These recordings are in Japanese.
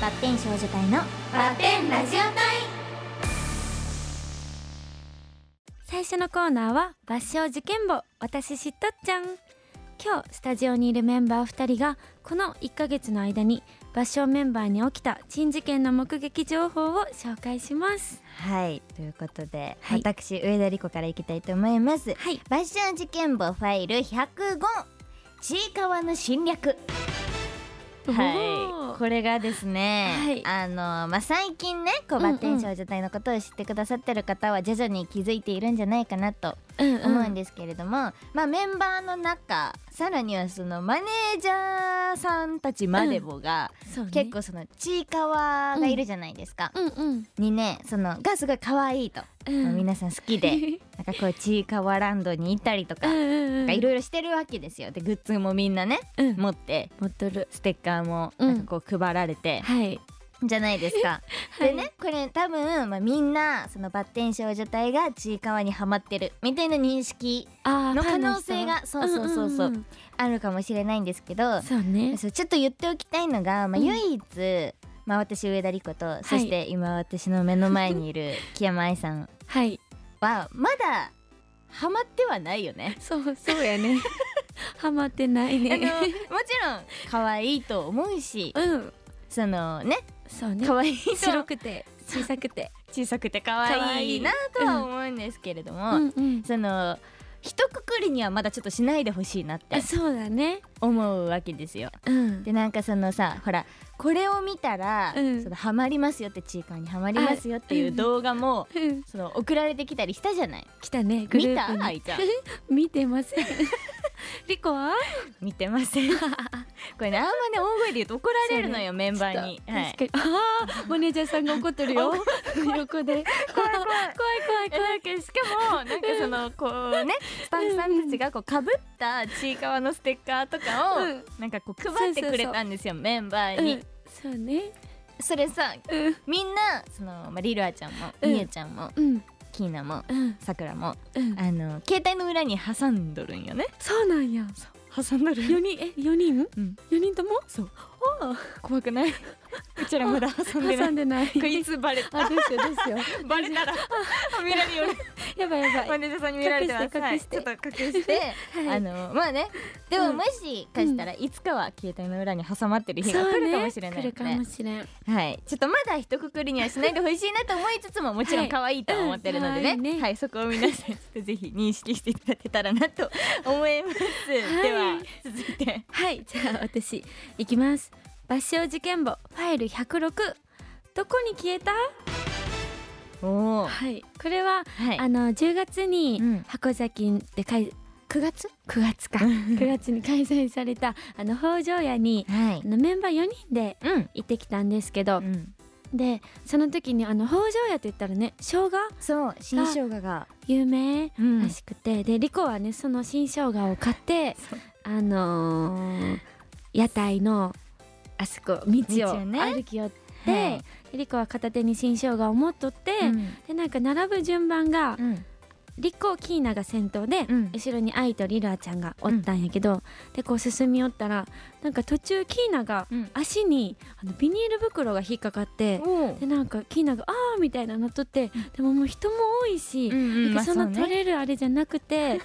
バッテン少女隊のバッテンラジオ隊最初のコーナーは「合唱受験簿私知ったっちゃん」今日スタジオにいるメンバー2人がこの1ヶ月の間に合唱メンバーに起きた珍事件の目撃情報を紹介しますはいということで、はい私上田理子からいきたいと思いますはいバッション事件簿ファイル105ちいかわの侵略おはーい、これがですね、はいあのまあ、最近ねうこうんうバんッテン少女隊のことを知ってくださってる方は徐々に気づいているんじゃないかなとうん思うんですけれども、まあ、メンバーの中さらにはそのマネージャーさんたちまでもが、そうね結構そのちいかわがいるじゃないですか、うんうんにねそのがすごい可愛いと、うんまあ皆さん好きで なんかこうちいかわランドに行ったりとか。なんかいいろいろしてるわけですよでグッズもみんなねうん持って持っとるステッカーもうんなんかこう配られて、はいじゃないですか。はいでねこれ多分、まあ、みんなそのバッテン少女隊がちいかわにはまってるみたいな認識あーのフ可ァン能人性がそうそうそうそうんんんあるかもしれないんですけどそうねそうちょっと言っておきたいのが、まあ、うん唯一、まあ、私上田理子と、そして今私の目の前にいる木山愛さんはいはまだハマってはないよね。そうそうやねハマってない あのもちねろん可愛いと思うしうんそのねそうね可愛いと白くて小さくて小さくて可愛いなとは思うんですけれども、うんうんその一括りにはまだちょっとしないでほしいなってあそうだね思うわけですよ。うんでなんかそのさほらこれを見たら、うんそのハマりますよってちいかわにハマりますよっていう動画も、うんその送られてきたりしたじゃない来たねグル見ープにた愛ちゃん 見てません リコは見てま せんこれねあんまね大声で言うと怒られるのよ、メンバーに。はい確かにあーマネージャーさんが怒ってるよ 横で 怖い怖い怖いえなんかしかもなんかそのこうねスタッフさんたちがこうかぶったちいかわのステッカーとかうを、んなんかこう配ってくれたんですよメンバー怖いに、うんそうねそれさうんみんなその、まあ、リルアちゃんも、うんみゆちゃんもうんキーナもうんさくらもうんあの携帯の裏に挟んどるんよねそうなんや挟んどる四人え四人うん四人ともそうおー怖くないうちらまだ挟ん でな挟いんでないこれいつバレあですよですよバレ たら見られるよね やばいやばマいネージャーさんに見られてますはい隠してちょ隠っしてと隠して、はあいのまあねでうもんもしかしたらいつかは携帯の裏に挟まってる日がそ来うねるかもしれないの来でるかもしれんはい、ちょっとまだ一括りにはしないでほしいなと思いつつももちろん可愛いとは思ってるのでね,、うん可愛いねはい、そこを皆さんちょっとぜひ認識していただけたらなと思います、いでは続いてはいじゃあ私いきます抜傷事件簿ファイル106どこに消えたおおははいこれは、いあの10月にうん箱崎でかい9月9月 か9月に開催されたあの北条屋にはいあのメンバー4人でうん、行ってきたんですけど、うん、でその時にあの北条屋って言ったらね生姜そう新生姜が、有名うんらしくて、でリコはねその新生姜を買ってそうあのー屋台のあそこ道道ををね歩き寄って、はいでリコは片手に新生姜を持っとって、うんでなんか並ぶ順番がうんリコキーナが先頭で、うん後ろに愛とリルアちゃんがおったんやけど、でこう進み寄ったらなんか途中キーナがうん足にあのビニール袋が引っかかって、おーでなんかキーナが「あー」みたいなのとってでももう人も多いし。うんうんなんまかそあのう取れるあれじゃなく て、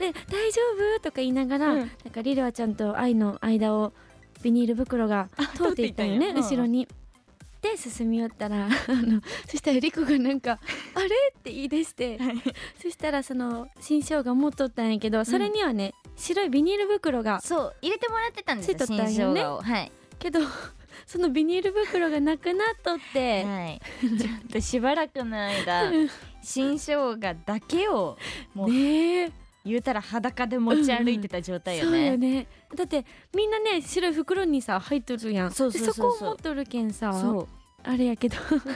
で大丈夫とか言いながら、うんなんかリルアちゃんと愛の間をビニール袋が通っていったよね通っていったんやうん後ろに。で進み寄ったらあのそしたらリコがなんか「あれ?」って言い出して、はいそしたらその新生姜持っとったんやけどそれにはね、白いビニール袋がそう入れてもらってたんですよついとっ新たん生よね姜をはい、けどそのビニール袋がなくなっとって、はい、 ちょっとしばらくの間うん新生姜だけをもうねえ言うたら裸で持ち歩いてた状態よそうね。よねだってみんなね白い袋にさ入っとるやんそうそうそうそうでそこを持っとるけんさそうあれやけどリコ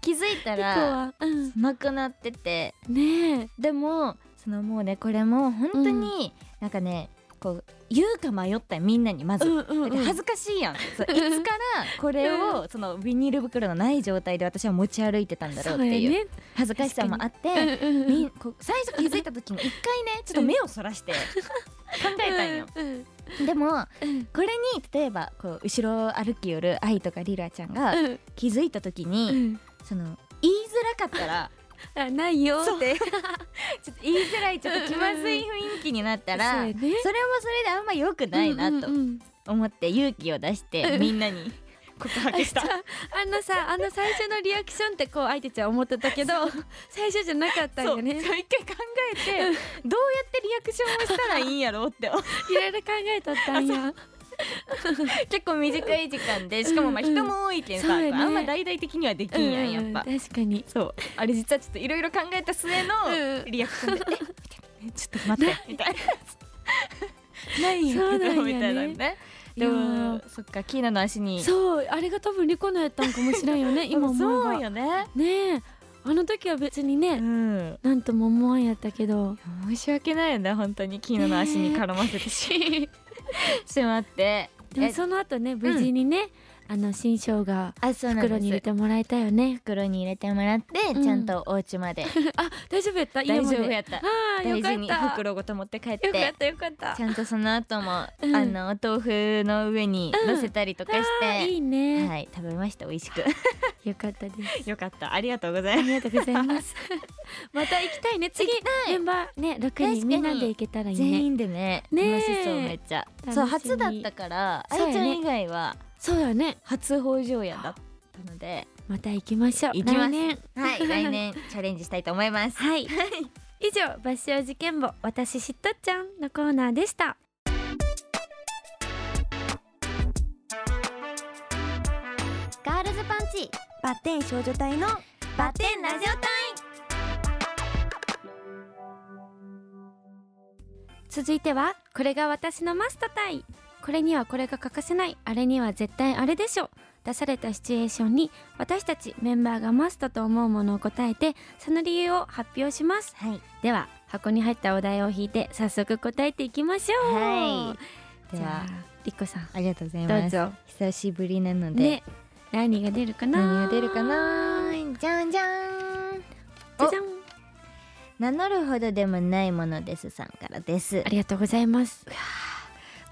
気づいたらは、うん、なくなっててねえでもそのもうねこれもう本当になんかね、こう言うか迷ったよみんなにまず。んうだって恥ずかしいやん、そういつからこれをそのビニール袋のない状態で私は持ち歩いてたんだろうっていそううやね恥ずかしさもあって、うんうんうんみんこう最初気づいた時に一回ねちょっと目をそらして考えたんよ、うんうんでもこれに例えばこう後ろを歩きよる愛とかリラちゃんがうん気づいた時に、うんその言いづらかっ たらあないよそう ちょっと言いづらいちょっと気まずい雰囲気になったら、そうやねそれもそれであんま良くないなとうんうんうん思って勇気を出してうんみんなに告白した。あのさあの最初のリアクションってこう相手ちゃん思ってたけど最初じゃなかったんそようそうね一回考えてどうやってリアクションをしたらいいんやろうって思ういろいろ考えとったんや結構短い時間でしかもまうんあうん人も多いけんさ、そうやねあんま大々的にはできんやんやっぱ、うんうん確かにそうあれ実はちょっといろいろ考えた末うんうのんリアクションで「えみたいなえちょっと待って」みたいな。ないんやけそうなどんやねみたいなね。でいやもーそっかキーナの足にそうあれが多分リコのやったんかもしれんよ ね今思えばそうよね。ねえあの時は別にね、うん。なんとも思わんやったけど申し訳ないよね本当にキーナの足に絡ませてし しまって。でもその後ね無事にね、あの新生姜あそう袋に入れてもらえたよね袋に入れてもらって、うんちゃんとお 家まであ大丈夫やった家大まで丈夫やったああよ大か事にった袋ごと持って帰っよかってたよかったちゃんとその後も、うんあのお豆腐の上に乗せたりとかしあーいて、いね、はい食べました美味しくよかったです よかったありがとうございまありがとうございます また行きたいね次メンバーね6確か人にみんなで行けたらいい全ね員でねねえ楽しそうめっちゃ楽しみそう初だったからあそうやいねちゃん以外はそうだね初北条やだったのでまた行きましょう行きま来す年はい来年チャレンジしたいと思いますはい。以上、バッショ事件簿、私知っとっちゃんのコーナーでした。ガールズパンチバッテン少女隊のバッテンラジオ隊続いては、これが私のマストタイ。これにはこれが欠かせない、あれには絶対あれでしょう。出されたシチュエーションに私たちメンバーがマストと思うものを答えてその理由を発表しますはいでは箱に入ったお題を引いて早速答えていきましょうはでじゃあはりっこさんありがとうございどまうすぞ久しぶりなので、ね何が出るかな何が出るかなじゃんじゃんじゃじゃん名乗るほどでもないものですさんからですありがとうございます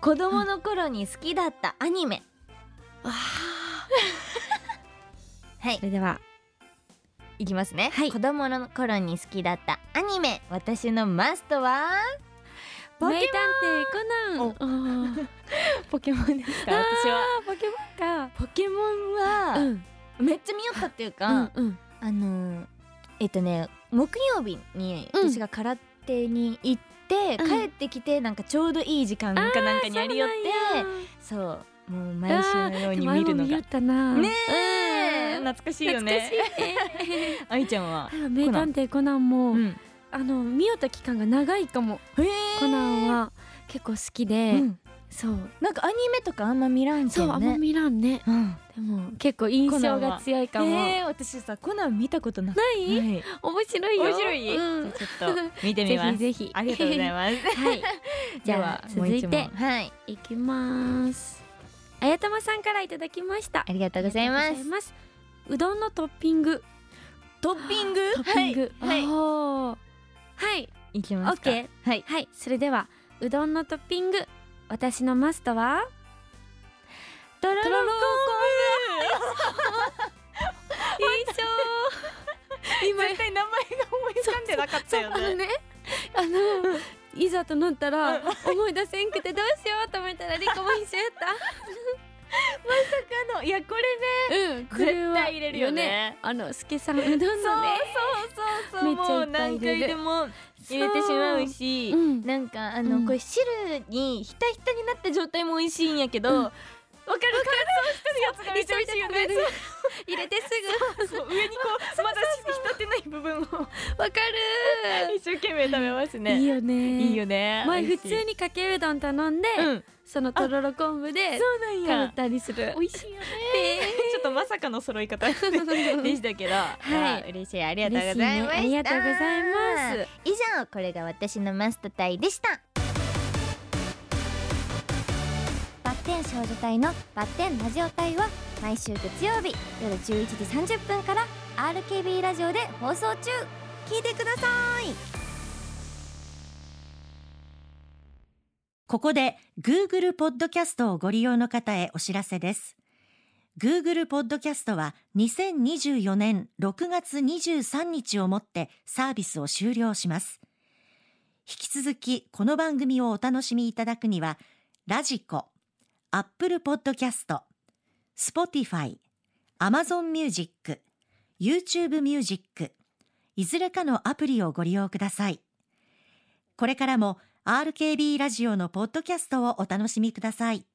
子供の頃に好きだったアニメ はいそれではいきますね、はい子供の頃に好きだったアニメ私のマストはポケモン名探偵コナン。おーポケモンですあーポケモンか。ポケモンうは、んめっちゃ見よったっていうか、うんうん。あのーえっとね木曜日にうん私が空手に行って、うん帰ってきてなんかちょうどいい時間かなんかにありよってそうもう毎週のように見るのがやったな。ねえうん懐かしいよ懐かしいねね。愛ちゃんはあ 名探偵コナンもうんあの見よった期間が長いかも。へえコナンは結構好きで、うんそう。なんかアニメとかあんま見らんけそんうねあんま見らんね。うんでも結構印象が強いかも。えー私さコナン見たことなくてない？はい面白いよ。面白い、うん。じゃあちょっと見てみますぜひぜひありがとうござい ま すはい。じでゃはあも続う一い問てはいいきます。あやたまさんからいただきました。あありがとうございまりすがとうございます。うどんのトッピング。トッピングトッピング。はいはいおーはい。いきオまッすかケー。はいはい。それではうどんのトッピング。私のマストは。とろろとろろ昆 印象。今絶対名前が思い浮かんでなかったよあのねね。あの。いざとなったら思い出せんくてどうしようと思ったらリコも一緒やっあのいやこれた。うん。これ絶は対入れるよねあのすけさんうどんのね。そうそうめっちゃもいうっぱい何入れる回でも入れてしまうしうんなんかあの、うんこれ汁にひたひたになった状態も美味しいんやけど、うんわかる乾燥してるやつがめちゃめちゃ美味しいよね入れてすそうそう上にこうまだ浸ってない部分をぐわかる一生懸命食べますねいいよねいいよね前美普味しい通にかけうどん頼んで、うんそのとろろ昆布でそうなん食べやたりする美味しいよねえ ちょっとまさかの揃 い方でしたけど、はい嬉しいありーがとうございまし嬉しねあた、りがとうございます以上これが私のマストタイでしたバッテン少女隊のバッテンラジオ隊は毎週月曜日夜11時30分から RKB ラジオで放送中聞いてくださいここで Google ポッドキャストをご利用の方へお知らせです。Google ポッドキャストは2024年6月23日をもってサービスを終了します。引き続きこの番組をお楽しみいただくには、ラジコ、アップルポッドキャスト、スポティファイ、アマゾンミュージック、YouTube ミュージック、いずれかのアプリをご利用ください。これからも RKB ラジオのポッドキャストをお楽しみください。